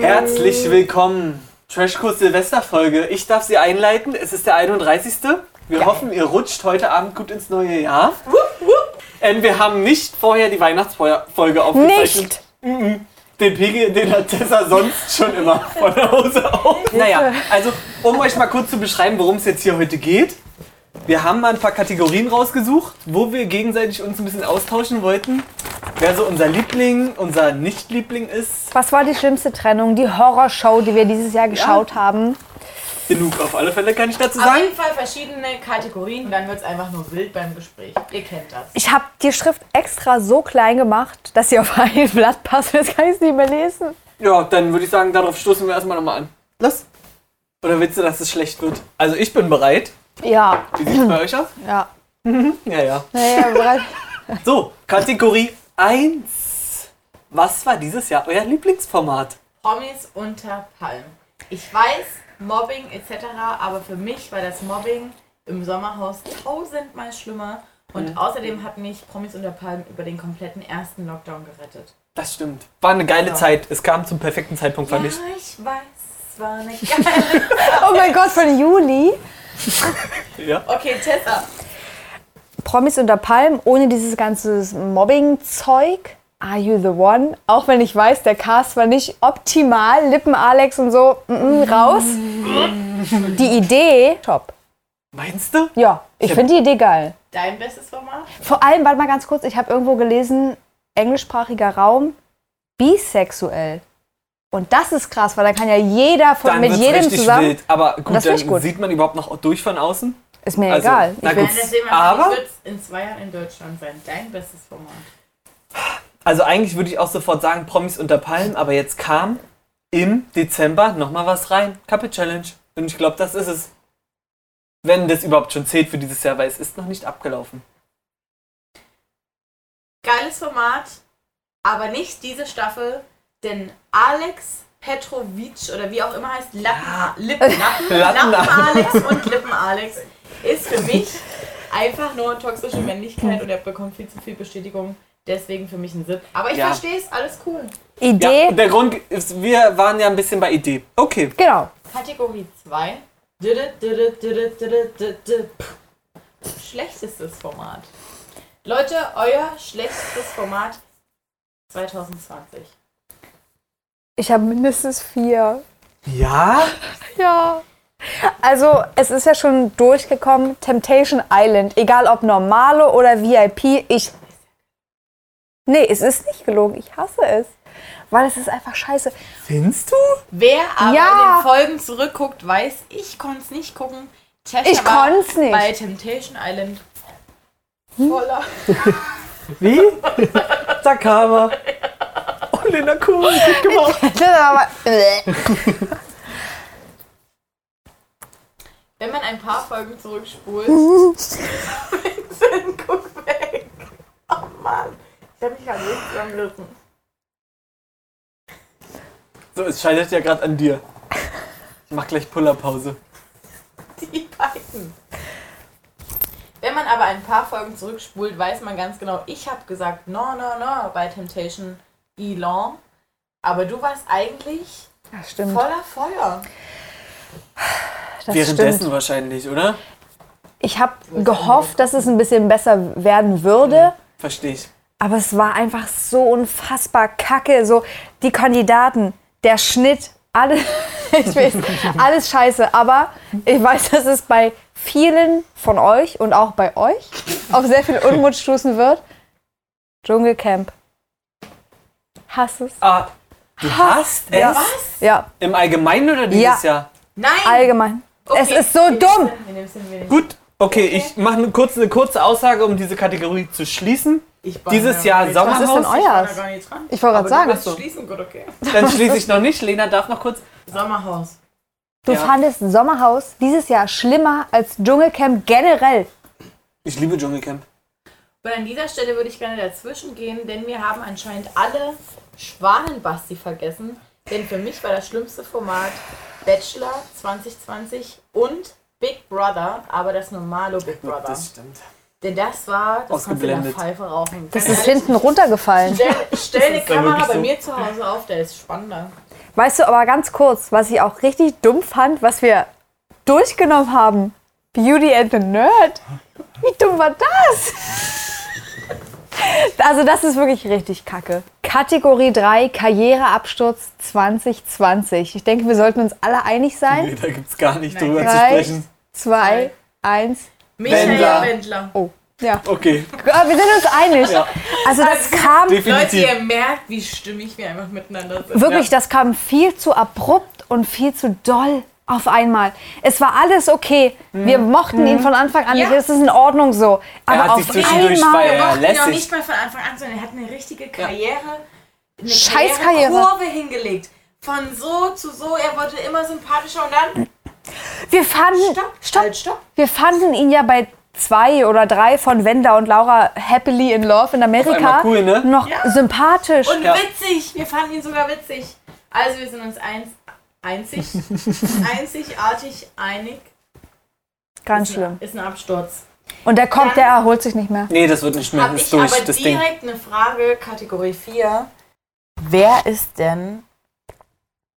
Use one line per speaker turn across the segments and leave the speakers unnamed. Herzlich willkommen. Trashkurs Silvesterfolge. Ich darf Sie einleiten. Es ist der 31. Wir hoffen, ihr rutscht heute Abend gut ins neue Jahr. Ähm, wir haben nicht vorher die Weihnachtsfolge aufgezeichnet. Mhm. Den Pegel, den hat Tessa sonst schon immer von Hause auf. Naja, also um euch mal kurz zu beschreiben, worum es jetzt hier heute geht. Wir haben mal ein paar Kategorien rausgesucht, wo wir gegenseitig uns ein bisschen austauschen wollten, wer so unser Liebling, unser Nicht-Liebling ist.
Was war die schlimmste Trennung? Die Horrorshow, die wir dieses Jahr geschaut haben.
Genug auf alle Fälle, kann ich dazu
Auf
sagen.
jeden Fall verschiedene Kategorien, dann wird es einfach nur wild beim Gespräch. Ihr kennt das.
Ich habe die Schrift extra so klein gemacht, dass sie auf ein Blatt passt. Jetzt kann ich es nicht mehr lesen.
Ja, dann würde ich sagen, darauf stoßen wir erstmal nochmal an. Los. Oder willst du, dass es schlecht wird? Also ich bin bereit.
Ja,
Wie sieht es bei euch aus? Mhm,
ja.
Ja, ja.
Naja, bereit.
So, Kategorie 1. Was war dieses Jahr euer Lieblingsformat?
Promis unter Palmen. Ich weiß, Mobbing etc., aber für mich war das Mobbing im Sommerhaus tausendmal schlimmer. Und außerdem hat mich Promis unter Palmen über den kompletten ersten Lockdown gerettet.
Das stimmt. War eine geile
Ja.
Zeit. Es kam zum perfekten Zeitpunkt, fand
Ja,
ich.
ich weiß, es war eine geile...
Oh mein Gott, von Juli.
Okay, Tessa.
Promis unter Palm, ohne dieses ganze Mobbing-Zeug. Are you the one? Auch wenn ich weiß, der Cast war nicht optimal. Lippen Alex und so, mm, mm, raus. Die Idee, top.
Meinst du?
Ja, ich finde die Idee geil.
Dein bestes Format?
Vor allem, warte mal ganz kurz, ich habe irgendwo gelesen, englischsprachiger Raum, bisexuell. Und das ist krass, weil da kann ja jeder von,
Dann
mit
wird's
jedem
richtig
zusammen.
wild. Aber gut,
Das find ich
dann
gut.
sieht man überhaupt noch durch von außen.
Ist mir
Also,
egal.
na
Ich will-
gut.
Nein, das sehen wir
Aber-
wird in zwei Jahren in Deutschland sein. Dein bestes Format.
Also eigentlich würde ich auch sofort sagen, Promis unter Palmen, aber jetzt kam im Dezember nochmal was rein. Kappe Challenge. Und ich glaube, das ist es. Wenn das überhaupt schon zählt für dieses Jahr, weil es ist noch nicht abgelaufen.
geiles Format, aber nicht diese Staffel, denn Alex Petrovic oder wie auch immer heißt, Lappen, Lippen, Lappen,
Lappen-
Lappen, Alex und Lippen Alex ist für mich einfach nur toxische Männlichkeit und er bekommt viel zu viel Bestätigung. Deswegen für mich ein Sip. Aber ich
Ja.
verstehe es, alles cool.
Idee,
Ja, der Grund ist, wir waren ja ein bisschen bei Idee. Okay.
genau.
Kategorie 2. Dide, dide, dide, dide, dide, pff. Schlechtestes Format. Leute, euer schlechtestes Format 2020.
Ich habe mindestens vier.
Ja?
Ja. Also, es ist ja schon durchgekommen, Temptation Island, egal ob normale oder VIP, ich. Nee, es ist nicht gelogen, ich hasse es. Weil es ist einfach scheiße.
Findest du?
Wer aber
Ja.
in den Folgen zurückguckt, weiß, ich konnte es nicht gucken. Tesha
Ich
war
konnte es nicht.
Bei Temptation Island. Voller.
Wie? da kam er. Oh, Lena, cool. Gut gemacht.
Wenn man ein paar Folgen zurückspult. Vincent, guck weg. Oh Mann. Ich hab mich gerade nicht zusammengerissen.
So, es scheitert ja gerade an dir. Ich mach gleich Pullerpause.
Die beiden. Wenn man aber ein paar Folgen zurückspult, weiß man ganz genau, ich habe gesagt, no, no, no, bei Temptation Elon. Aber du warst eigentlich
Ja, stimmt.
voller Feuer.
Das
Währenddessen
stimmt.
wahrscheinlich, oder?
Ich habe gehofft, dass es ein bisschen besser werden würde,
Verstehe ich.
aber es war einfach so unfassbar kacke. So die Kandidaten, der Schnitt, alles, ich weiß, alles scheiße. Aber ich weiß, dass es bei vielen von euch und auch bei euch auf sehr viel Unmut stoßen wird. Dschungelcamp. Hass es.
Ah, du hast es?
Ja. Ja,
Im Allgemeinen oder dieses
Ja.
Jahr?
Nein!
allgemein. es ist so dumm.
dumm.
Gut, okay, ich mache eine kurze, eine kurze Aussage, um diese Kategorie zu schließen. Dieses Jahr
Was ist
Sommerhaus,
denn euers? Ah, Ich wollte gerade sagen.
so.
Schließen, gut, okay.
dann schließe ich noch nicht. Lena darf noch kurz.
Sommerhaus.
Du
Ja.
fandest Sommerhaus dieses Jahr schlimmer als Dschungelcamp generell.
Ich liebe Dschungelcamp.
Und an dieser Stelle würde ich gerne dazwischen gehen, denn wir haben anscheinend alle Schwanenbasti vergessen. Denn für mich war das schlimmste Format Bachelor 2020 und Big Brother, aber das normale Big Brother.
Das stimmt.
denn das war, das kannst du in der
Ausgeblendet.
Pfeife rauchen.
Das ist hinten runtergefallen.
Stell, stell die
da
Kamera
wirklich
bei
so?
mir zu Hause auf, der ist spannender.
Weißt du, aber ganz kurz, was ich auch richtig dumm fand, was wir durchgenommen haben. Beauty and the Nerd. Wie dumm war das? Also das ist wirklich richtig kacke. Kategorie 3, Karriereabsturz 2020. Ich denke, wir sollten uns alle einig
Nee,
sein.
da gibt's gar nicht
Nein.
drüber
Drei,
zu sprechen.
zwei, eins.
Michael
Wendler.
Wendler.
Oh, ja.
Okay,
Aber wir sind uns einig.
Ja.
Also das kam
Leute,
definitiv.
ihr merkt, wie stimmig wir einfach miteinander sind.
wirklich, das kam viel zu abrupt und viel zu doll auf einmal. Es war alles okay. Wir mochten ihn von Anfang an.
Mhm. Ja.
Es ist in Ordnung so. Aber
Er hat
auf
sich zwischendurch
einmal
Er
feiern. Ja,
mochte ihn auch
lässig.
nicht mal von Anfang an, sondern er hat eine richtige Karriere, eine
Scheiß
Kurve hingelegt. Von so zu so, er wurde immer sympathischer und dann
Wir fanden,
stopp,
stopp.
Halt, stopp.
Wir fanden ihn ja bei zwei oder drei von Wenda und Laura happily in love in Amerika
einmal cool, ne?
noch
Ja.
sympathisch.
Und
Ja.
witzig, wir fanden ihn sogar witzig. Also wir sind uns eins, einzig, einzigartig einig.
Ganz schlimm.
Ist ein Absturz.
Und der kommt, der erholt sich nicht mehr.
nee, das wird nicht mehr.
Habe
Das ist
ich
durch,
aber
das Ding.
direkt eine Frage, Kategorie 4. Wer ist denn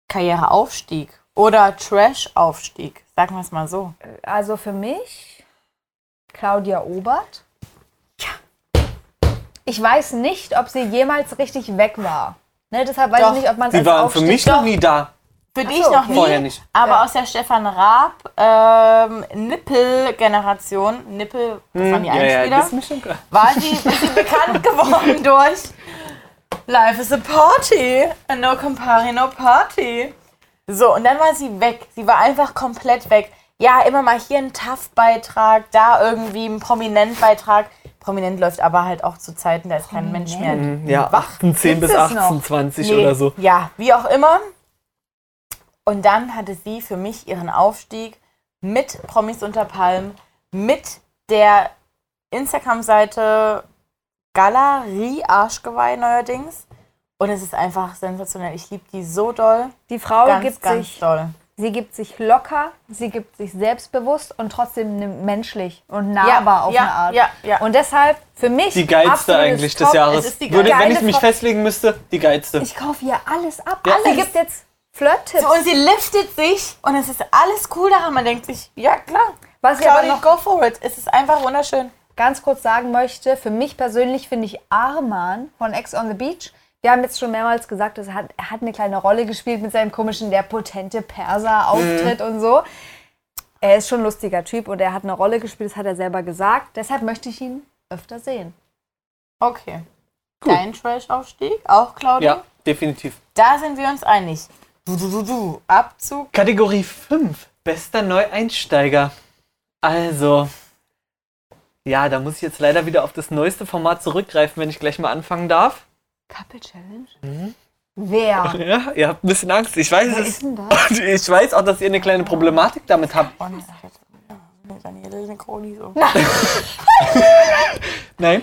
Karriereaufstieg oder Trash-Aufstieg? Sagen wir es mal so.
Also für mich, Claudia Obert. Ich weiß nicht, ob sie jemals richtig weg war. Ne, deshalb weiß
Doch.
ich nicht, ob man es
Die
als
waren für
Aufstieg-
mich noch nie da.
Für
Ach
dich
so,
noch
okay.
nie,
Vorher nicht.
aber
Ja.
aus der Stefan Raab ähm, Nippel-Generation, Nippel, das waren die
Hm, ja,
Einspieler,
ja, das ist mir schon klar.
war sie, ist sie bekannt geworden durch Life is a Party, and no compare, no party. So, und dann war sie weg. Sie war einfach komplett weg. Ja, immer mal hier ein Tough-Beitrag, da irgendwie ein Prominent-Beitrag. Prominent läuft aber halt auch zu Zeiten, da ist kein Mensch mehr
Ja, 18, 10 bis
es
18,
noch?
20
Nee,
oder so.
Ja, wie auch immer. Und dann hatte sie für mich ihren Aufstieg mit Promis unter Palmen, mit der Instagram-Seite Galerie Arschgeweih neuerdings. Und es ist einfach sensationell. Ich liebe die so doll.
Die Frau
Ganz,
gibt
ganz
sich
doll.
Sie gibt sich locker, sie gibt sich selbstbewusst und trotzdem ne- menschlich und nahbar auf
ja,
eine Art.
ja, ja.
Und deshalb für mich
Die geilste
absolutes
eigentlich des
Top.
Jahres.
Es ist die
Würde, wenn
geilste
ich mich
Frau-
festlegen müsste, die geilste.
Ich kaufe ihr alles ab.
Ja.
Sie gibt jetzt Flirt-Tipps.
Und sie liftet sich und es ist alles cool daran. Man denkt sich, ja klar,
Was ich aber
Claudia,
noch
go for it. Es ist einfach wunderschön.
ganz kurz sagen möchte, für mich persönlich finde ich Arman von Ex on the Beach. Wir haben jetzt schon mehrmals gesagt, dass er, hat, er hat eine kleine Rolle gespielt mit seinem komischen, der potente Perser-Auftritt und so. Er ist schon ein lustiger Typ und er hat eine Rolle gespielt, das hat er selber gesagt. Deshalb möchte ich ihn öfter sehen.
Okay. Dein Trash-Aufstieg, auch Claudia?
Ja, definitiv.
Da sind wir uns einig. Du, du, du, du. Abzug.
Kategorie 5. Bester Neueinsteiger. Also. Ja, da muss ich jetzt leider wieder auf das neueste Format zurückgreifen, wenn ich gleich mal anfangen darf.
Couple Challenge? Wer?
Ja, ihr habt ein bisschen Angst. Ich weiß
Wer
es.
ist denn das?
Ich weiß auch, dass ihr eine kleine Problematik damit habt.
Und sag jetzt mal, Daniele Negroni so.
Nein,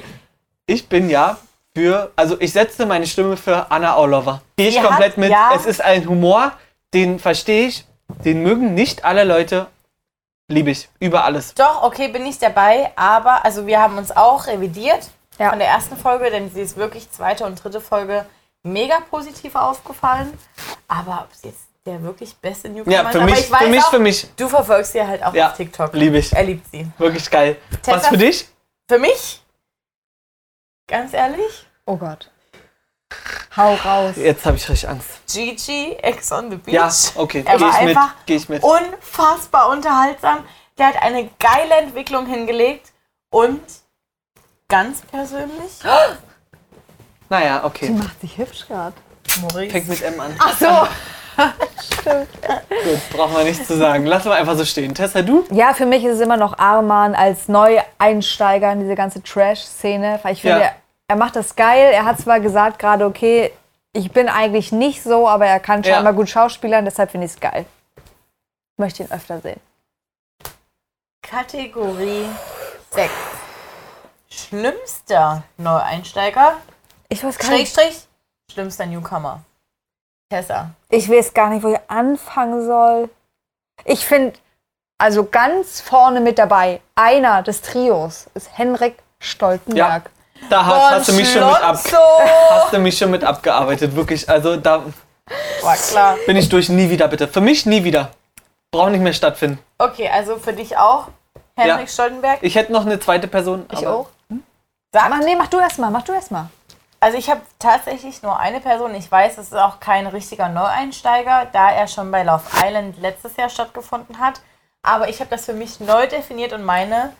ich bin ja für, also ich setze meine Stimme für Anna Orlova. Gehe ich
Sie
komplett
hat-
mit.
ja.
Es ist ein Humor, den verstehe ich, den mögen nicht alle Leute. Liebe ich, über alles.
Doch, okay, bin ich dabei, aber also wir haben uns auch revidiert
Ja.
von der ersten Folge, denn sie ist wirklich zweite und dritte Folge mega positiv aufgefallen. Aber ob sie jetzt der wirklich beste Newcomer
Ja, für
ist, aber
mich,
ich weiß
für mich,
auch,
für mich.
du verfolgst sie halt auch
Ja,
auf TikTok.
lieb ich.
Er liebt sie.
Wirklich geil. Was
Tessa-
für dich?
Für mich, ganz ehrlich,
Oh Gott. Hau raus.
Jetzt habe ich richtig Angst.
Gigi, Ex on the Beach.
Ja, okay,
Er
gehe
war
ich mit.
einfach
Gehe ich mit.
unfassbar unterhaltsam. Der hat eine geile Entwicklung hingelegt und ganz persönlich.
Ah, Naja, okay.
Macht sich hübsch gerade.
Fängt mit M an.
Ach so.
Gut, brauchen wir nichts zu sagen. Lassen wir einfach so stehen. Tessa, du?
Ja, für mich ist es immer noch Arman als Neueinsteiger in diese ganze Trash-Szene. Weil ich finde,
Ja.
er, er macht das geil. Er hat zwar gesagt gerade, okay, ich bin eigentlich nicht so, aber er kann
Ja.
scheinbar gut schauspielern, deshalb finde ich es geil. Möchte ihn öfter sehen.
Kategorie 6. Schlimmster Neueinsteiger.
Ich weiß gar nicht.
Schrägstrich. Schlimmster Newcomer. Tessa.
Ich weiß gar nicht, wo ich anfangen soll. Ich finde, also ganz vorne mit dabei, einer des Trios ist Henrik Stoltenberg.
Da hast, hast du mich schon mit ab.
Schlotzo.
Hast du mich schon mit abgearbeitet, wirklich. Also da
War klar.
Bin ich durch, nie wieder bitte. Für mich nie wieder. Braucht nicht mehr stattfinden.
Okay, also für dich auch, Henrik
Ja.
Stoltenberg.
Ich hätte noch eine zweite Person.
Ich
aber-
auch.
Sag-
Mach, nee, mach du erst mal, mach du erst mal.
Also ich habe tatsächlich nur eine Person. Ich weiß, es ist auch kein richtiger Neueinsteiger, da er schon bei Love Island letztes Jahr stattgefunden hat. Aber ich habe das für mich neu definiert und meine,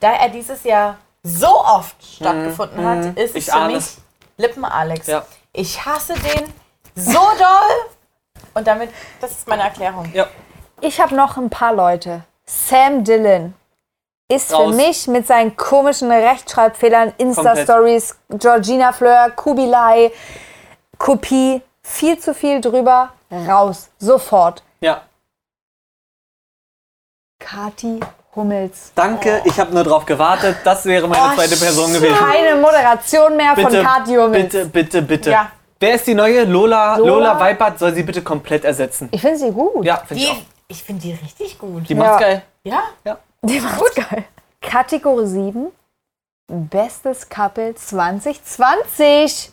da er dieses Jahr so oft stattgefunden hat, ist
Mhm. Ich
es für
ahne
mich
es.
Lippen-Alex.
Ja.
Ich hasse den so doll. Und damit, das ist meine Erklärung.
Ja.
Ich habe noch ein paar Leute. Sam Dillon ist
Raus.
für mich mit seinen komischen Rechtschreibfehlern, Insta-Stories, Georgina Fleur, Kubilai, Kopie, viel zu viel drüber, raus, sofort.
Ja.
Kati Hummels.
Danke, ich habe nur drauf gewartet. Das wäre
Oh,
meine zweite Person gewesen.
Keine Moderation mehr
Bitte,
von Kati Hummels.
bitte, bitte, bitte.
Ja.
Wer ist die neue? Lola, Lola,
Lola?
Weipert soll sie bitte komplett ersetzen.
Ich finde sie gut.
Ja, finde ich auch.
Die, ich finde die richtig gut.
Die macht's
Ja.
geil.
ja?
Die macht's geil. Kategorie 7. Bestes Couple 2020.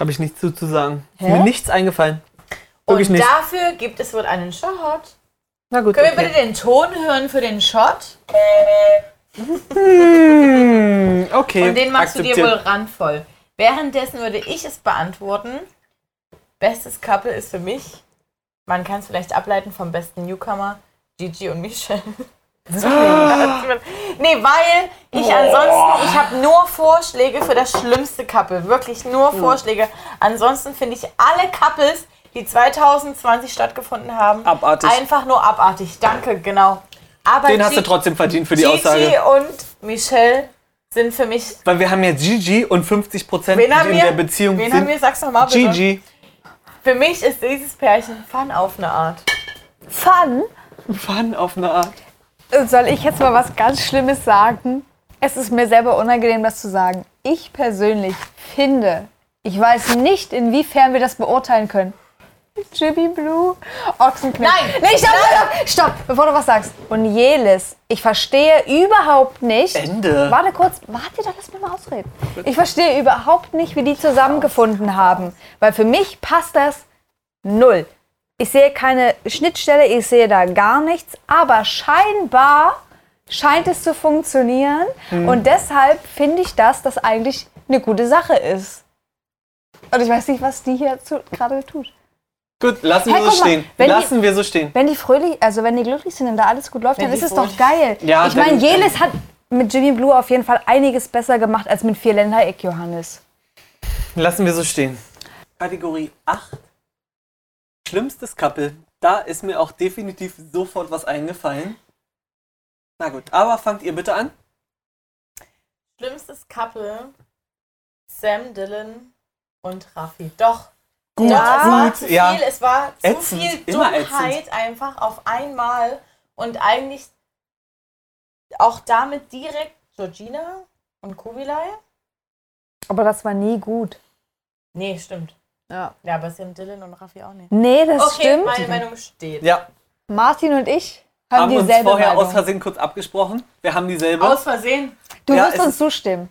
Habe ich nichts zu, zu sagen. Ist
Hä?
mir nichts eingefallen. Wirklich
Und
nicht.
dafür gibt es wohl einen Shot.
Na gut.
Können wir
okay.
bitte den Ton hören für den Shot?
Hm, okay.
Und den machst du dir
akzeptiert.
wohl randvoll. Währenddessen würde ich es beantworten. Bestes Couple ist für mich, man kann es vielleicht ableiten vom besten Newcomer, Gigi und Michelle.
Ah.
nee, weil ich ansonsten, ich habe nur Vorschläge für das schlimmste Couple. Wirklich nur
Uh.
Vorschläge. Ansonsten finde ich alle Couples, die 2020 stattgefunden haben,
Abartig.
einfach nur abartig. Danke, genau. Aber
Den hast du
Gigi-
trotzdem verdient für die
Gigi
Aussage.
und Michelle sind für mich.
Weil wir haben ja Gigi und 50 Prozent in
Wen haben wir?
der Beziehung
Wen
sind
haben wir? Sag's nochmal bitte.
Gigi.
Für mich ist dieses Pärchen Fun auf eine Art.
Fun.
Fun auf eine Art.
Soll ich jetzt mal was ganz Schlimmes sagen? Es ist mir selber unangenehm, das zu sagen. Ich persönlich finde, ich weiß nicht, inwiefern wir das beurteilen können. Jimmy Blue, Ochsenknecht.
Nein!
Nee, stopp, stopp, stopp, stopp, bevor du was sagst. Und Jelis, ich verstehe überhaupt nicht.
Ende.
Warte kurz, warte, da lass mich mal ausreden. Ich verstehe überhaupt nicht, wie die zusammengefunden haben. Weil für mich passt das null. Ich sehe keine Schnittstelle, ich sehe da gar nichts, aber scheinbar scheint es zu funktionieren
Hm.
und deshalb finde ich, dass das eigentlich eine gute Sache ist. Und ich weiß nicht, was die hier zu- gerade tut.
Gut, lassen wir
Hey,
so
guck mal,
stehen.
wenn die-
lassen wir so stehen.
Wenn die fröhlich, also wenn die glücklich sind und da alles gut läuft,
Wenn
dann
die
ist es doch
fröhlich-
geil.
Ja,
ich meine,
dann-
Jelis hat mit Jimmy Blue auf jeden Fall einiges besser gemacht als mit Vierländer-Eck Johannes.
Lassen wir so stehen. Kategorie 8. Schlimmstes Couple. Da ist mir auch definitiv sofort was eingefallen. Na gut, aber fangt ihr bitte an.
Schlimmstes Couple: Sam Dillon und Raffi. Doch.
Gut,
doch, es war
gut,
zu viel.
ja.
Es war zu
Ätzend,
viel
immer ätzend.
Dummheit einfach auf einmal und eigentlich auch damit direkt Georgina und Kubilai.
Aber das war nie gut.
Nee, stimmt.
Ja.
Ja, aber Sam Dillon und Raffi auch nicht.
Nee, das
Okay,
stimmt.
meine Meinung steht.
Ja,
Martin und ich haben,
haben uns
dieselbe
vorher aus
Meinung.
Versehen kurz abgesprochen. Wir haben dieselbe.
Aus Versehen.
Du
Ja,
wirst
es
uns
ist-
zustimmen.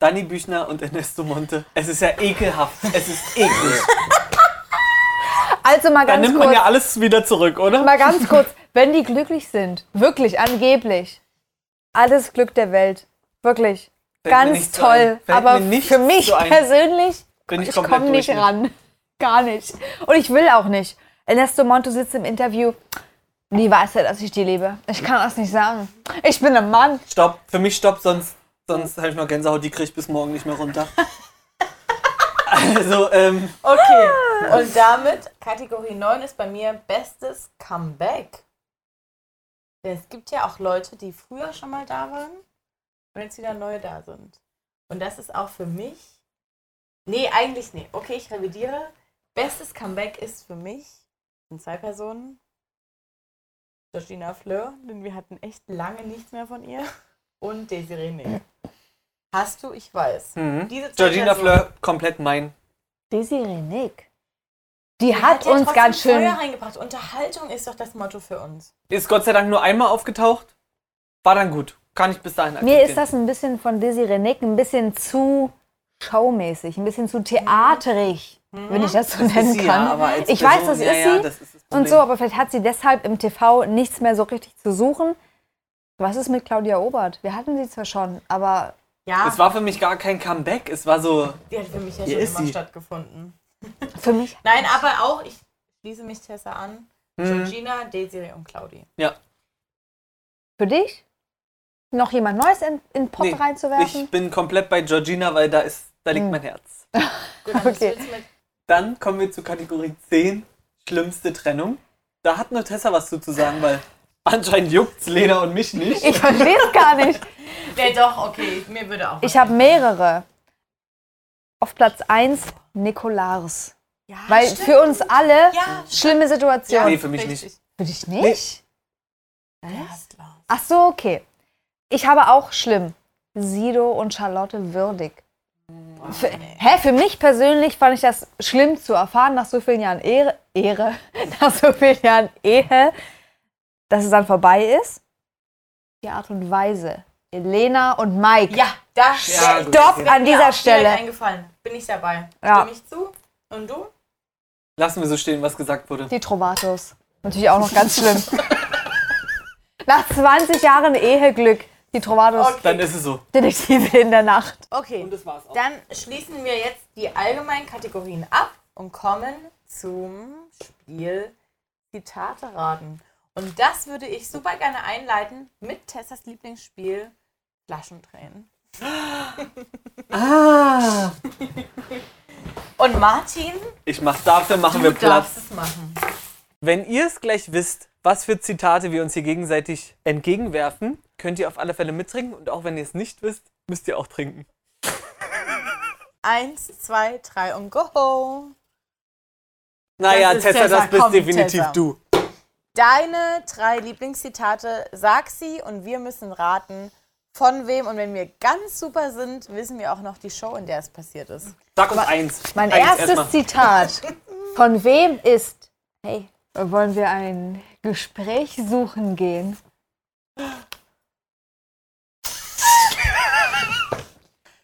Dani Büchner und Ernesto Monte. Es ist ja ekelhaft. Es ist eklig.
Also mal
Dann
ganz
nimmt man
kurz,
ja alles wieder zurück, oder?
mal ganz kurz, wenn die glücklich sind, wirklich angeblich, alles Glück der Welt, wirklich
Fällt mir
ganz
nichts so ein.
toll,
Fällt
aber
mir nichts
für mich
so ein.
persönlich,
Bin ich
ich
komplett
komme nicht
durch mit.
ran, gar nicht. Und ich will auch nicht. Ernesto Monto sitzt im Interview. Die weiß ja, dass ich die liebe. Ich kann das nicht sagen. Ich bin ein Mann.
Stopp, für mich stopp, sonst, sonst habe ich noch Gänsehaut, die kriege ich bis morgen nicht mehr runter. also, ähm,
Okay, und damit Kategorie 9 ist bei mir bestes Comeback. Denn es gibt ja auch Leute, die früher schon mal da waren und jetzt wieder neu da sind. Und das ist auch für mich. Nee, eigentlich nee. Okay, ich revidiere. Bestes Comeback ist für mich, sind zwei Personen, Georgina Fleur, denn wir hatten echt lange nichts mehr von ihr, und Desiree Nick. Hast du, ich weiß.
mhm.
Diese zwei
Georgina
Personen-
Fleur, komplett mein.
Desiree Nick. Die
Die
hat
ja
uns
trotzdem
ganz schön.
Feuer reingebracht. Unterhaltung ist doch das Motto für uns.
Ist Gott sei Dank nur einmal aufgetaucht. War dann gut. Kann ich bis dahin
Mir
akzeptieren.
ist das ein bisschen von Desiree Nick ein bisschen zu schaumäßig, ein bisschen zu theaterig. wenn ich das so
Mhm. Das
nennen
ist sie ja,
kann.
aber als
ich
Person,
weiß, das
ja,
ist
ja,
sie
das ist das
und
Problem.
so, aber vielleicht hat sie deshalb im TV nichts mehr so richtig zu suchen. Was ist mit Claudia Obert? Wir hatten sie zwar schon, aber
Ja,
Es war für mich gar kein Comeback, es war so,
die hat für mich ja
Hier
schon
ist
immer
sie.
stattgefunden.
für mich
Nein, aber auch, ich schließe mich Tessa an.
Hm.
Georgina, Desiree und Claudi.
ja.
Für dich? Noch jemand Neues in, in Pop
Nee,
reinzuwerfen?
Ich bin komplett bei Georgina, weil da ist, da
Hm.
liegt mein Herz.
Gut, dann
Okay.
okay. mit
Dann kommen wir zu Kategorie 10, schlimmste Trennung. Da hat nur Tessa was zu zu sagen, weil anscheinend juckt's Lena und mich nicht.
Ich, verstehe es gar nicht.
Nee, doch, okay, mir würde auch.
Ich habe mehrere. Auf Platz 1 Nicolars.
ja,
Ah,
Weil
stimmt.
für uns alle
Ja,
schlimme Situation.
Nee, für mich
richtig.
nicht.
Für dich nicht?
Ja, ist klar.
Ach so, okay. Ich habe auch schlimm. Sido und Charlotte würdig. Für, hä, für mich persönlich fand ich das schlimm zu erfahren, nach so vielen Jahren Ehre, Ehre, nach so vielen Jahren Ehe, dass es dann vorbei ist. Die Art und Weise. Elena und Mike. Also,
Ja, da
Ja, gut.
Stopp
okay.
an
Mir auch
dieser
direkt
Stelle.
eingefallen. Bin ich dabei.
Ja.
Stimme ich zu. Und du?
Lassen wir so stehen, was gesagt wurde.
Die Trovatos. Natürlich auch noch ganz schlimm. nach 20 Jahren Eheglück. Die Trovatos.
Okay.
Dann ist es so.
Detektive in der Nacht.
Okay.
das war's auch.
Dann schließen wir jetzt die allgemeinen Kategorien ab und kommen zum Spiel Zitate raten. Und das würde ich super gerne einleiten mit Tessas Lieblingsspiel Flaschentränen.
Ah,
Und Martin,
ich mach, dafür machen
du
wir Platz.
darfst es machen.
Wenn ihr es gleich wisst, was für Zitate wir uns hier gegenseitig entgegenwerfen, könnt ihr auf alle Fälle mittrinken und auch wenn ihr es nicht wisst, müsst ihr auch trinken.
Eins, zwei, drei und go!
Naja,
ist
Tessa,
Tessa,
das bist
komm,
definitiv
Tessa.
du.
Deine drei Lieblingszitate, sag sie und wir müssen raten, von wem. Und wenn wir ganz super sind, wissen wir auch noch die Show, in der es passiert ist.
Sag uns eins.
Mein
eins
erstes
erstmal.
Zitat. Von wem ist. Hey, wollen wir ein Gespräch suchen gehen?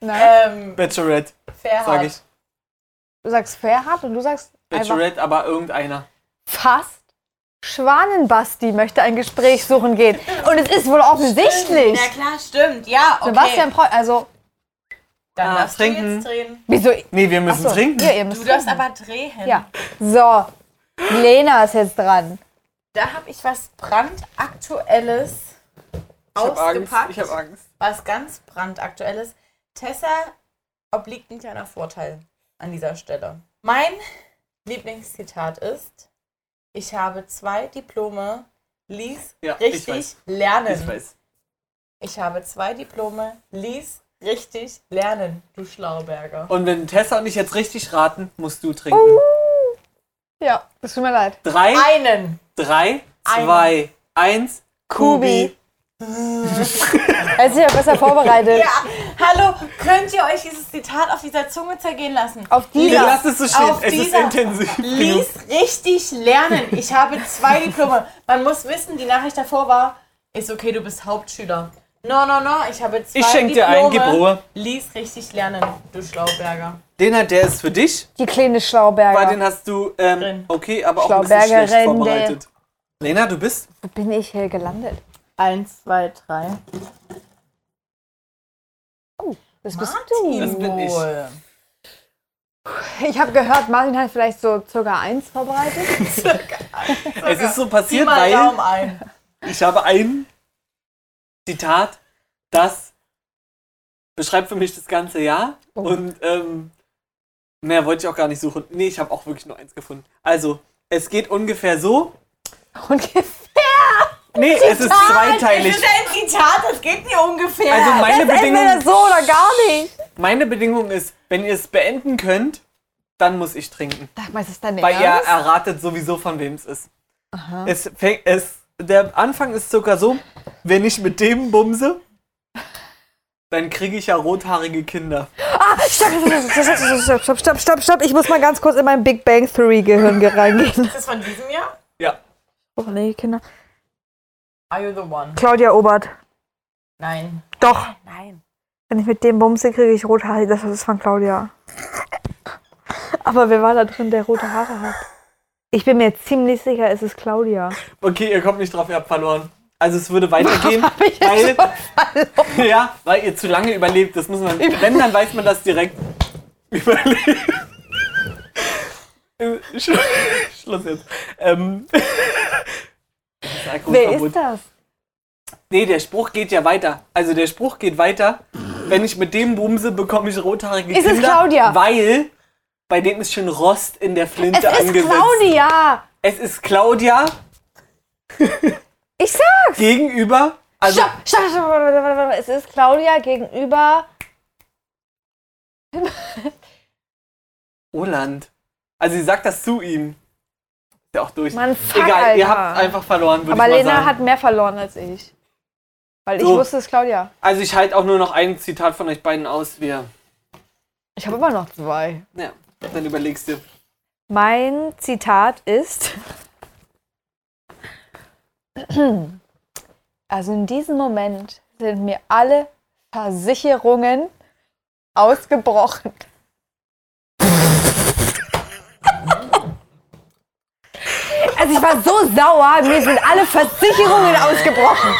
Nein.
Ähm,
Bachelorette,
Fairhard.
sag ich.
Du sagst Ferhat und du sagst einfach
Bachelorette, aber irgendeiner.
fast. Schwanenbasti möchte ein Gespräch suchen gehen. Und es ist wohl offensichtlich.
Na klar, stimmt. Ja, okay.
Sebastian Preu, also,
Dann
Ah,
darfst
trinken.
du jetzt drehen.
wieso?
Nee, wir müssen
Achso,
trinken.
Ihr, ihr müsst
Du darfst
trinken.
aber drehen.
Ja. So, Lena ist jetzt dran.
Da habe ich was brandaktuelles
ich hab Angst.
ausgepackt.
Ich hab Angst.
Was ganz brandaktuelles. Tessa obliegt ein kleiner Vorteil an dieser Stelle. Mein Lieblingszitat ist: Ich habe zwei Diplome, lies
Ja, ich
richtig
weiß.
lernen.
Ich weiß.
Ich habe zwei Diplome, lies richtig lernen, du Schlauberger.
Und wenn Tessa und ich jetzt richtig raten, musst du trinken.
Uh.
Ja, es tut mir leid.
Drei,
Einen!
drei,
Ein.
zwei, eins. Kubi.
Er ist ja besser vorbereitet.
Ja, hallo, könnt ihr euch dieses Zitat auf dieser Zunge zergehen lassen?
Auf
Ich
dieser.
lass es so stehen.
Auf
Es ist
dieser
intensiv. genug.
Lies richtig lernen. Ich habe zwei Diplome. Man muss wissen, die Nachricht davor war, ist okay, du bist Hauptschüler. No, no, no, ich habe zwei
Ich schenk dir
Diplome.
ein, gib Ruhe.
Lies richtig lernen, du Schlauberger.
Lena, der ist für dich.
Die kleine
Bei
Schlauberger.
den hast du, ähm,
Drin.
okay, aber auch ein bisschen
Schlaubergerin,
schlecht vorbereitet. Lena, du bist?
Wo bin ich hier gelandet?
Eins, zwei, drei.
Das bist
Das
du.
bin ich.
Ich habe gehört, Martin hat vielleicht so circa eins vorbereitet.
Es ist so
Zieh
passiert,
mal
weil
Daumen ein.
ich habe ein Zitat, das beschreibt für mich das ganze Jahr. Und ähm, mehr wollte ich auch gar nicht suchen. Nee, ich habe auch wirklich nur eins gefunden. Also, es geht ungefähr so.
Ungefähr.
Nee, es ist zweiteilig.
Das ist ein Zitat, das geht mir ungefähr.
Also meine
Jetzt entweder
Bedingung,
so oder gar nicht.
meine Bedingung ist, wenn ihr es beenden könnt, dann muss ich trinken.
Sag mal, ist das dein
Weil ihr
Ernst?
erratet sowieso, von wem es ist. Es fängt, es, der Anfang ist sogar so, wenn ich mit dem bumse, dann kriege ich ja rothaarige Kinder.
Ah, stopp, stopp, stopp, stopp, stopp, stopp, stopp, stopp, stopp. Ich muss mal ganz kurz in mein Big Bang Theory Gehirn reingehen.
Ist das von diesem Jahr?
Ja.
Oh, nee, Kinder.
Are you the one?
Claudia Obert.
Nein.
Doch.
Nein.
Wenn ich mit dem bumse, kriege ich rothaarige. Das ist von Claudia. Aber wer war da drin, der rote Haare hat? Ich bin mir ziemlich sicher, es ist Claudia.
Okay, ihr kommt nicht drauf, ihr habt verloren. Also es würde weitergehen,
ich
weil,
jetzt verloren?
ja, weil ihr zu lange überlebt. Das muss man. Wenn, dann weiß man das direkt. Überlebt. Äh, Sch Schluss jetzt. Ähm.
Wer ist das?
Nee, der Spruch geht ja weiter. Also der Spruch geht weiter. Wenn ich mit dem bumse, bekomme ich rothaarige
Ist es
Kinder.
Claudia?
Weil bei dem ist schon Rost in der
Es
Flinte
ist
angesetzt.
Claudia!
Es ist Claudia
Ich sag's!
gegenüber. Also
Stopp, stopp, stopp, stopp, stopp, stopp. Es ist Claudia gegenüber.
Oland. Also sie sagt das zu ihm. Ist ja auch durch.
Mann, fuck,
Egal, ihr
Alter.
habt einfach verloren, würde ich
Aber
mal
Lena
sagen.
hat mehr verloren als ich. Weil ich
So.
wusste, es ist Claudia.
also ich halte auch nur noch ein Zitat von euch beiden aus. Wir,
Ich habe immer noch zwei.
ja, dann überlegst du.
Mein Zitat ist. Also in diesem Moment sind mir alle Versicherungen ausgebrochen. Also ich war so sauer, mir sind alle Versicherungen ausgebrochen.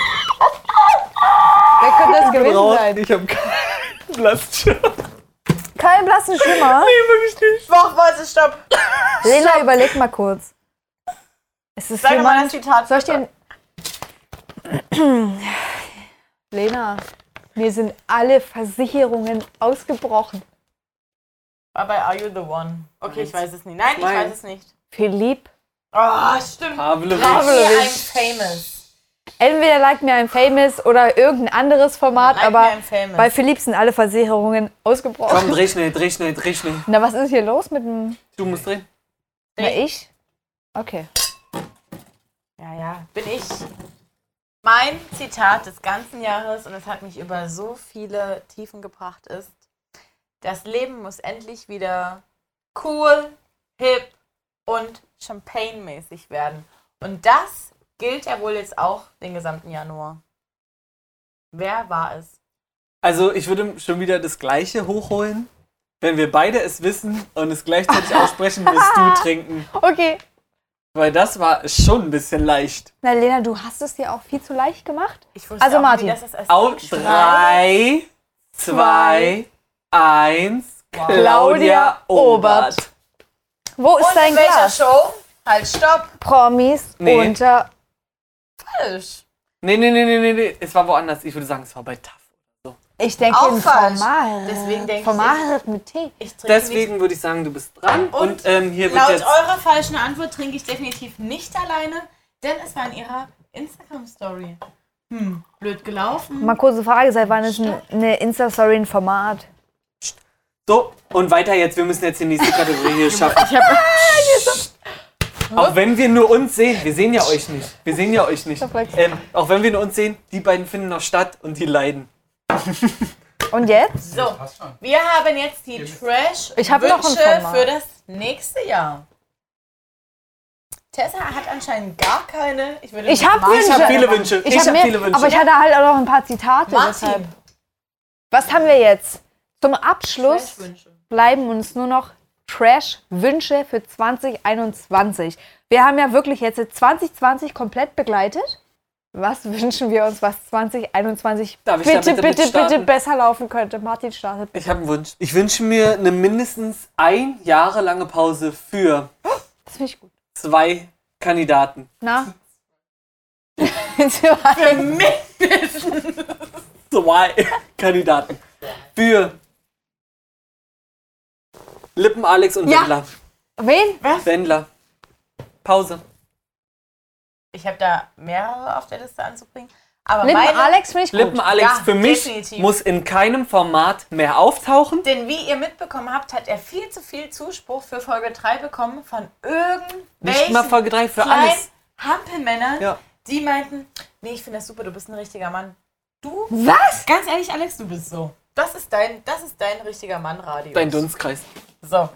Wer könnte das gewesen
Braucht-
sein?
Ich habe keinen Lastschirm.
Kein blassen Schimmer.
Oh
Nee, wirklich nicht.
Wochweise, stopp.
Lena, überleg mal kurz. Es ist
Sag mal
jemand,
ein Zitat.
Soll ich dir. Lena, mir sind alle Versicherungen ausgebrochen.
War bei Are You The One? Okay, ich weiß es nicht. Nein, ich
Nein.
weiß es nicht.
Philipp,
Oh, stimmt.
Pavlovic.
Pavlovic.
I'm famous.
entweder like mir ein Famous oder irgendein anderes Format,
Like
aber
Me I'm Famous.
bei Philipp sind alle Versicherungen ausgebrochen.
Komm, dreh schnell, dreh schnell, dreh schnell.
Na, was ist hier los mit dem.
Du musst drehen.
Na, ich? Okay.
Ja, ja, bin ich. Mein Zitat des ganzen Jahres, und es hat mich über so viele Tiefen gebracht, ist, das Leben muss endlich wieder cool, hip und champagne-mäßig werden. Und das gilt ja wohl jetzt auch den gesamten Januar. Wer war es?
Also ich würde schon wieder das gleiche hochholen. Wenn wir beide es wissen und es gleichzeitig aussprechen, wirst du trinken.
Okay.
Weil das war schon ein bisschen leicht.
Na, Lena, du hast es dir auch viel zu leicht gemacht.
Ich wusste
Also
auch
Martin.
Nie, dass es erst
Auf
Ding
drei, zwei, eins. Claudia
Claudia Obert.
Obert.
Wo ist
Und
dein
in welcher
Glas?
Show? Halt, stopp.
Promis
Nee.
unter.
Falsch.
Nee, nee, nee, nee, nee, nee. Es war woanders. Ich würde sagen, es war bei TAF.
Ich denke,
Auch
ein
falsch.
Format.
Deswegen denke ich-
Format mit T.
Ich trinke
Deswegen würde ich sagen, du bist dran. Und,
Und
ähm, hier wird
Laut
jetzt...
eurer falschen Antwort trinke ich definitiv nicht alleine, denn es war in ihrer Instagram-Story. Hm, blöd gelaufen.
Mal kurze Frage, seit wann ist ein- eine Insta-Story ein Format?
So, und weiter jetzt. Wir müssen jetzt die nächste Kategorie hier schaffen. auch wenn wir nur uns sehen, wir sehen ja euch nicht. Wir sehen ja euch nicht.
Verflixt.
Ähm, auch wenn wir nur uns sehen, die beiden finden noch statt und die leiden.
Und jetzt?
So, wir haben jetzt die Trash
Ich habe noch ein
Wünsche
Format.
für das nächste Jahr. Tessa hat anscheinend gar keine. Ich, würde
Ich habe Wünsche.
Ich habe viele Wünsche. Ich,
hab
habe
mehr-
viele Wünsche.
Aber ich hatte halt auch noch ein paar Zitate. Deshalb.
Martin,
Was haben wir jetzt? Zum Abschluss
Trash-Wünsche.
bleiben uns nur noch Trash-Wünsche für 2021. Wir haben ja wirklich jetzt 2020 komplett begleitet. Was wünschen wir uns, was 2021
Darf ich
bitte,
damit
bitte, bitte
starten?
besser laufen könnte? Martin startet.
Ich habe einen Wunsch. Ich wünsche mir eine mindestens ein Jahre lange Pause für
Das finde ich gut.
zwei Kandidaten.
Na? Zwei.
Zwei Kandidaten. Für Lippen Alex und
Ja.
Wendler.
Wen?
Wendler. Pause.
ich habe da mehrere auf der Liste anzubringen. Aber
Lippen
meine,
Alex finde ich gut.
Lippen Alex
Ja,
für mich
definitiv.
muss in keinem Format mehr auftauchen.
Denn wie ihr mitbekommen habt, hat er viel zu viel Zuspruch für Folge 3 bekommen von
Nicht mal
irgendwelchen
Folge 3 für
kleinen
alles.
Hampelmännern,
Ja.
die meinten, nee, ich finde das super, du bist ein richtiger Mann. Du,
Was?
ganz ehrlich, Alex, du bist so. Das ist dein, das ist dein richtiger Mann-Radio.
Dein Dunstkreis.
So.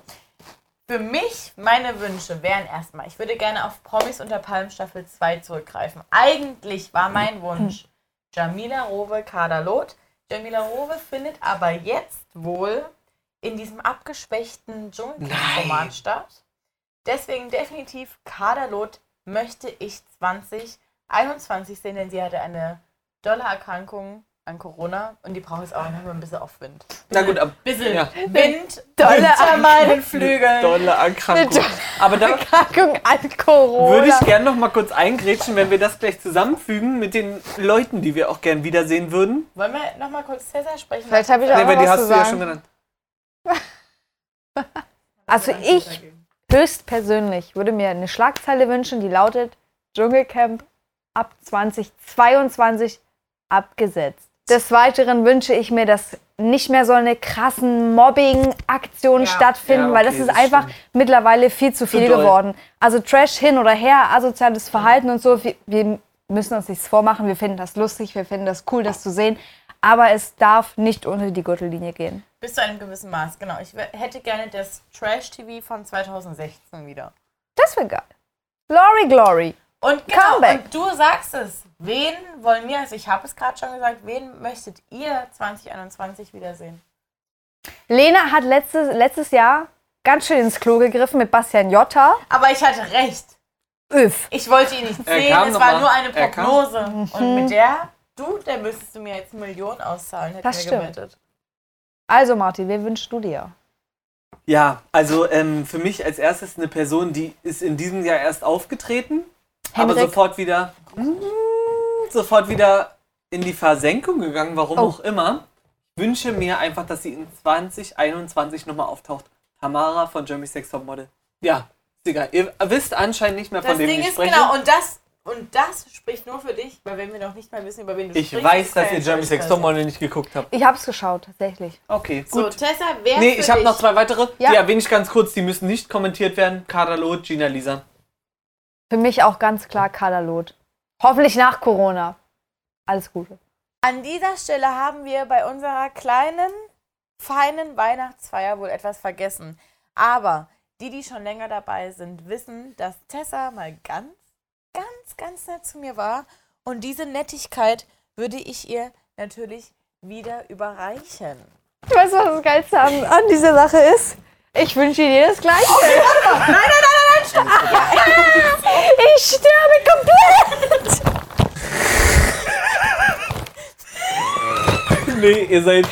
Für mich, meine Wünsche wären erstmal, ich würde gerne auf Promis unter Palmen Staffel 2 zurückgreifen. Eigentlich war mein Wunsch Jamila Rowe Kaderlot. Jamila Rowe findet aber jetzt wohl in diesem abgespeckten Dschungelcamp-Format statt. Deswegen definitiv Kaderlot möchte ich 2021 sehen, denn sie hatte eine dolle Erkrankung an Corona und die braucht jetzt auch noch mal ein bisschen Aufwind.
Na gut, ab.
Bisschen
Ja.
Wind, dolle an meinen
Äh,
Flügeln.
Dolle Erkrankung. Aber da
Erkrankung an Corona.
würde ich gerne noch mal kurz eingrätschen, wenn wir das gleich zusammenfügen mit den Leuten, die wir auch gern wiedersehen würden.
Wollen wir noch mal kurz Cäsar sprechen?
Vielleicht habe ich auch
Nee, weil
noch
die
was
hast
zu
du ja schon
sagen.
genannt.
also ich höchstpersönlich würde mir eine Schlagzeile wünschen, die lautet Dschungelcamp ab 2022 abgesetzt. Des Weiteren wünsche ich mir, dass nicht mehr so eine krassen Mobbing-Aktionen
Ja.
stattfinden,
Ja,
weil das
okay,
ist
das
einfach
stimmt.
mittlerweile viel zu viel
doll.
geworden. Also Trash hin oder her, asoziales Verhalten und so, wir, wir müssen uns nichts vormachen, wir finden das lustig, wir finden das cool, das zu sehen, aber es darf nicht unter die Gürtellinie gehen.
Bis zu einem gewissen Maß, genau. Ich wär- hätte gerne das Trash-TV von 2016 wieder.
Das wäre geil. Glory, glory.
Und, genau,
Comeback.
und du sagst es. Wen wollen wir, also ich habe es gerade schon gesagt, wen möchtet ihr 2021 wiedersehen?
Lena hat letztes, letztes Jahr ganz schön ins Klo gegriffen mit Bastian Jotta.
Aber ich hatte recht.
Öff.
Ich wollte ihn nicht
Er
sehen,
kam
es
noch
war
mal.
nur eine
Er kam.
Prognose.
Mhm.
Und mit der, du, der müsstest du mir jetzt Millionen auszahlen, hätte
Das
mir
stimmt.
gewettet.
Also, Martin, wer wünschst du dir?
Ja, also ähm, für mich als erstes eine Person, die ist in diesem Jahr erst aufgetreten, aber
Henrik?
sofort wieder mm, sofort wieder in die Versenkung gegangen, warum
Oh.
auch immer. Ich wünsche mir einfach, dass sie in 2021 nochmal auftaucht. Tamara von Jeremy Sex Topmodel. Ja, ist egal. Ihr wisst anscheinend nicht mehr,
Das
von wem
Ding
ich
ist,
spreche.
genau, und das, und das spricht nur für dich, weil wenn wir noch nicht mal wissen, über wen du
ich
sprichst.
weiß,
ist
dass
kein
ihr Jeremy Sex
Scheiß.
Topmodel nicht geguckt habt.
Ich hab's geschaut, tatsächlich.
Okay,
So,
gut.
Tessa, wer
nee,
für
ich habe
dich?
noch zwei weitere.
Ja.
Die erwähne ich ganz kurz. Die müssen nicht kommentiert werden. Kader Loth, Gina Lisa.
Für mich auch ganz klar Kaderlot. Hoffentlich nach Corona. Alles Gute.
An dieser Stelle haben wir bei unserer kleinen, feinen Weihnachtsfeier wohl etwas vergessen. Aber die, die schon länger dabei sind, wissen, dass Tessa mal ganz, ganz, ganz nett zu mir war. Und diese Nettigkeit würde ich ihr natürlich wieder überreichen.
Weißt du, was das Geilste an, an dieser Sache ist? Ich wünsche dir das Gleiche.
Oh,
nein, nein, nein, nein, nein. Ich sterbe komplett.
Nee, ihr seid.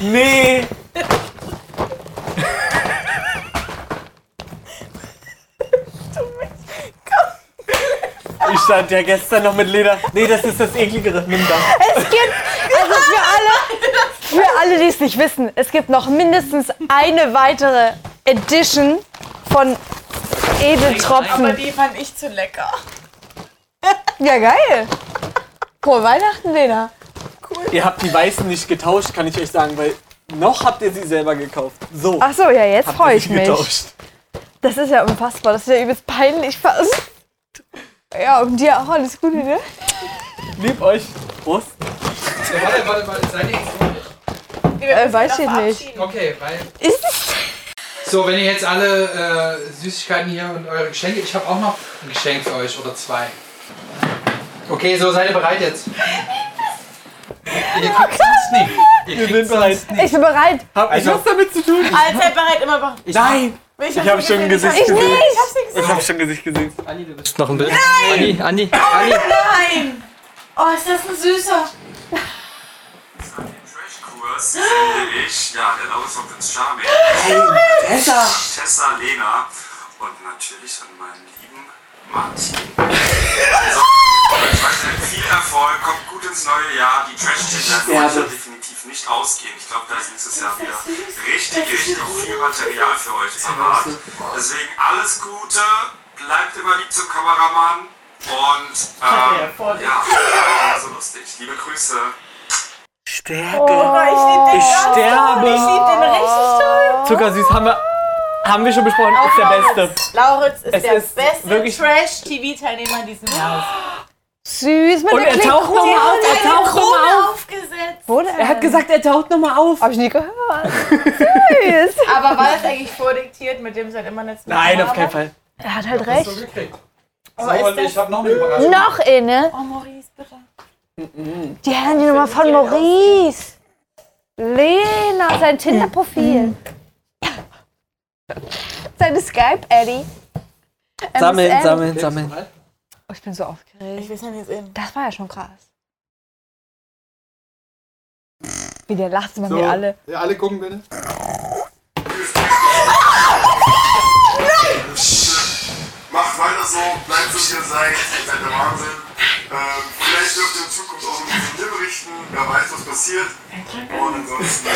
Nee! Ich stand ja gestern noch mit Leder. Nee, das ist das ekligere. Nimm das.
Es gibt, also für alle, für alle, die es nicht wissen, es gibt noch mindestens eine weitere Edition von Edeltropfen.
die fand ich zu lecker.
Ja, geil. Frohe Weihnachten, Lena.
Ihr habt die weißen nicht getauscht, kann ich euch sagen, weil noch habt ihr sie selber gekauft. So.
Ach so, ja, jetzt
habt
freue
ihr
ich
sie
mich.
getauscht.
Das ist ja unfassbar, das ist ja übelst peinlich fast. Ja, und dir auch alles Gute, ne?
Lieb euch. Prost.
Ja, warte, warte, warte, seid ihr jetzt durch?
Äh, weiß ich nicht.
Okay, weil.
Ist
So, wenn ihr jetzt alle äh, Süßigkeiten hier und eure Geschenke. Ich habe auch noch ein Geschenk für euch oder zwei. Okay, so seid ihr bereit jetzt. ihr kriegt sonst nicht. Ihr
Wir sind
kriegt
bereit.
Ich bin bereit.
Hab
Also-
ich was damit zu tun?
Als separat immer wach.
Nein!
Ich,
hab schon ein Gesicht
Ich
gesehen.
nicht.
Ich hab schon Gesicht gesehen.
noch ein Bild. Nein! Andi, Andi, Andi.
Nein! Oh, ist das ein süßer.
An den Trashkurs finde ich, ja, der Laus kommt ins Charme.
Tessa!
Tessa, Lena und natürlich an meinen lieben Martin. Also, ich wünsche euch viel Erfolg, kommt gut ins neue Jahr. Die Trash-Titel werden euch ja definitiv nicht ausgehen. Ich glaube, da ist nächstes Jahr wieder richtig, richtig viel Material für euch parat. Deswegen alles Gute, bleibt immer lieb zum Kameramann und ähm, ja, war so lustig. Liebe Grüße.
Stärke!
Oh, Ich,
Ich sterbe!
lieb den richtig toll.
Zuckersüß haben wir, haben wir schon besprochen, ist der Beste.
Lauritz ist
Es
der
ist
beste
wirklich-
Trash-TV-Teilnehmer diesen Jahres.
Süß mit
Und
der
er taucht
Klingkrone.
nochmal auf, er taucht nochmal auf.
aufgesetzt.
Wurde
Er hat gesagt, er taucht nochmal auf.
Hab ich nie gehört. Süß.
Aber war das eigentlich vordiktiert, mit dem seit immer nichts mehr
Nein, auf
haben?
keinen Fall.
Er hat halt recht.
So gekriegt.
Aber ist das-
habe noch eine Überraschung.
Noch inne.
Oh, Maurice, bitte.
Die Handynummer von Maurice. Lena, sein Tinder-Profil. Seine Skype-Addy.
Sammeln,
MSN.
sammeln, sammeln.
Oh, ich bin so aufgeregt.
Ich weiß nicht, wie es ist.
Das war ja schon krass. Wie der lacht, sind bei
So,
mir alle.
Ja, alle gucken bitte.
Macht weiter so, bleibt so wie ihr seid, ihr seid der Wahnsinn. Ähm, vielleicht dürft ihr in Zukunft auch ein bisschen hier berichten, wer weiß, was passiert. Und ansonsten, ja.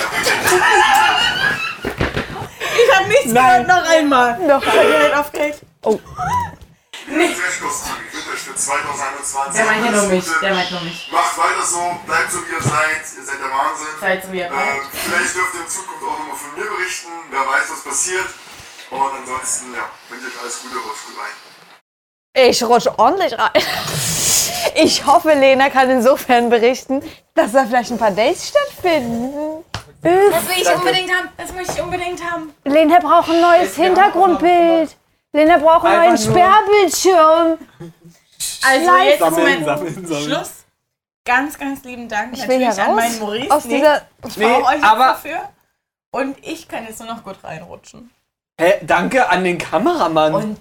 Ich hab nichts gehört, noch einmal.
Noch
Ich bin halt aufgeregt.
Trashkurs angekündigt für 2021.
Der meint ja nur mich.
Alles Gute.
Der meint nur mich.
Macht weiter so, bleibt so wie ihr seid, ihr seid der Wahnsinn.
Seid so wie ihr
Ähm,
seid.
vielleicht dürft ihr in Zukunft auch nochmal von mir berichten, wer weiß, was passiert. Und ansonsten, ja, wünsche ich euch alles Gute, rutscht gut rein.
Ich rutsche ordentlich rein. Ich hoffe, Lena kann insofern berichten, dass da vielleicht ein paar Dates stattfinden. Üff.
Das will ich unbedingt haben. Das möchte ich unbedingt haben.
Lena braucht ein neues Hintergrundbild. Lena braucht einen neuen
genau. Einfach nur-
Sperrbildschirm.
Also
Live.
jetzt ist
Sammeln,
mein
sammeln, sammeln.
Schluss. Ganz, ganz lieben Dank
Ich will
natürlich
hier
an
raus
meinen Maurice.
Aus
Nee,
dieser.
ich brauche
Nee,
euch jetzt
aber-
dafür. Und ich kann jetzt nur noch gut reinrutschen.
Hä, danke an den Kameramann.
Und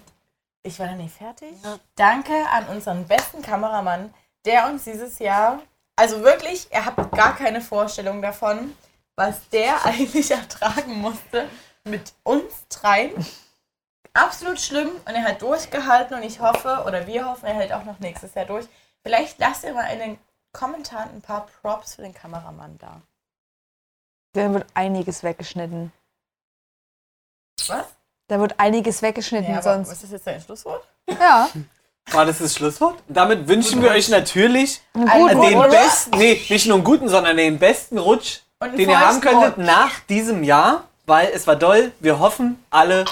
ich war noch nicht fertig. Danke an unseren besten Kameramann, der uns dieses Jahr, also wirklich, ihr habt gar keine Vorstellung davon, was der eigentlich ertragen musste mit uns dreien. Absolut schlimm und er hat durchgehalten und ich hoffe, oder wir hoffen, er hält auch noch nächstes Jahr durch. Vielleicht lasst ihr mal in den Kommentaren ein paar Props für den Kameramann da.
Da wird einiges weggeschnitten.
Was?
Da wird einiges weggeschnitten
Ja, aber
sonst.
ist das jetzt dein Schlusswort?
Ja.
War das das Schlusswort? Damit wünschen wir euch natürlich
Einen
Guten
Äh, den
Rutsch.
besten, nee, nicht nur einen guten, sondern den besten Rutsch,
Und einen
den ihr haben
feuchten
könntet
Rutsch.
nach diesem Jahr, weil es war doll. Wir hoffen alle.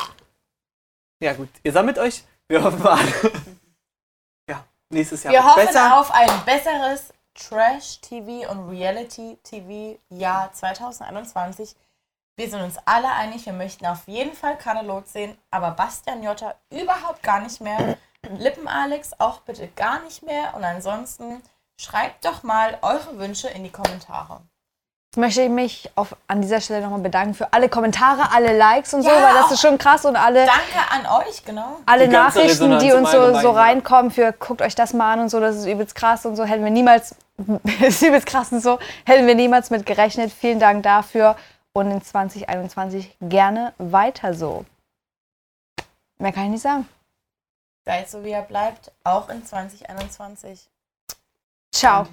Ja gut, ihr sammelt euch. Wir hoffen alle. Ja, nächstes Jahr
Wir
wird
hoffen
besser.
auf ein besseres Trash-TV und Reality-TV-Jahr 2021. Wir sind uns alle einig, wir möchten auf jeden Fall Kanalot sehen, aber Bastian Jotta überhaupt gar nicht mehr. Lippen-Alex auch bitte gar nicht mehr. Und ansonsten schreibt doch mal eure Wünsche in die Kommentare.
Jetzt möchte ich mich auf, an dieser Stelle nochmal bedanken für alle Kommentare, alle Likes und so,
Ja,
weil das ist
auch-
schon krass und alle.
Danke an euch, genau.
alle
Die ganze
Nachrichten, die
Resonanz im
uns so,
Allgemeinen,
so
ja.
reinkommen, für guckt euch das mal an und so, das ist übelst krass und so, hätten wir niemals, ist übelst krass und so, hätten wir niemals mit gerechnet. Vielen Dank dafür und in 2021 gerne weiter so. Mehr kann ich nicht sagen.
Seid so, wie ihr bleibt, auch in 2021.
Ciao.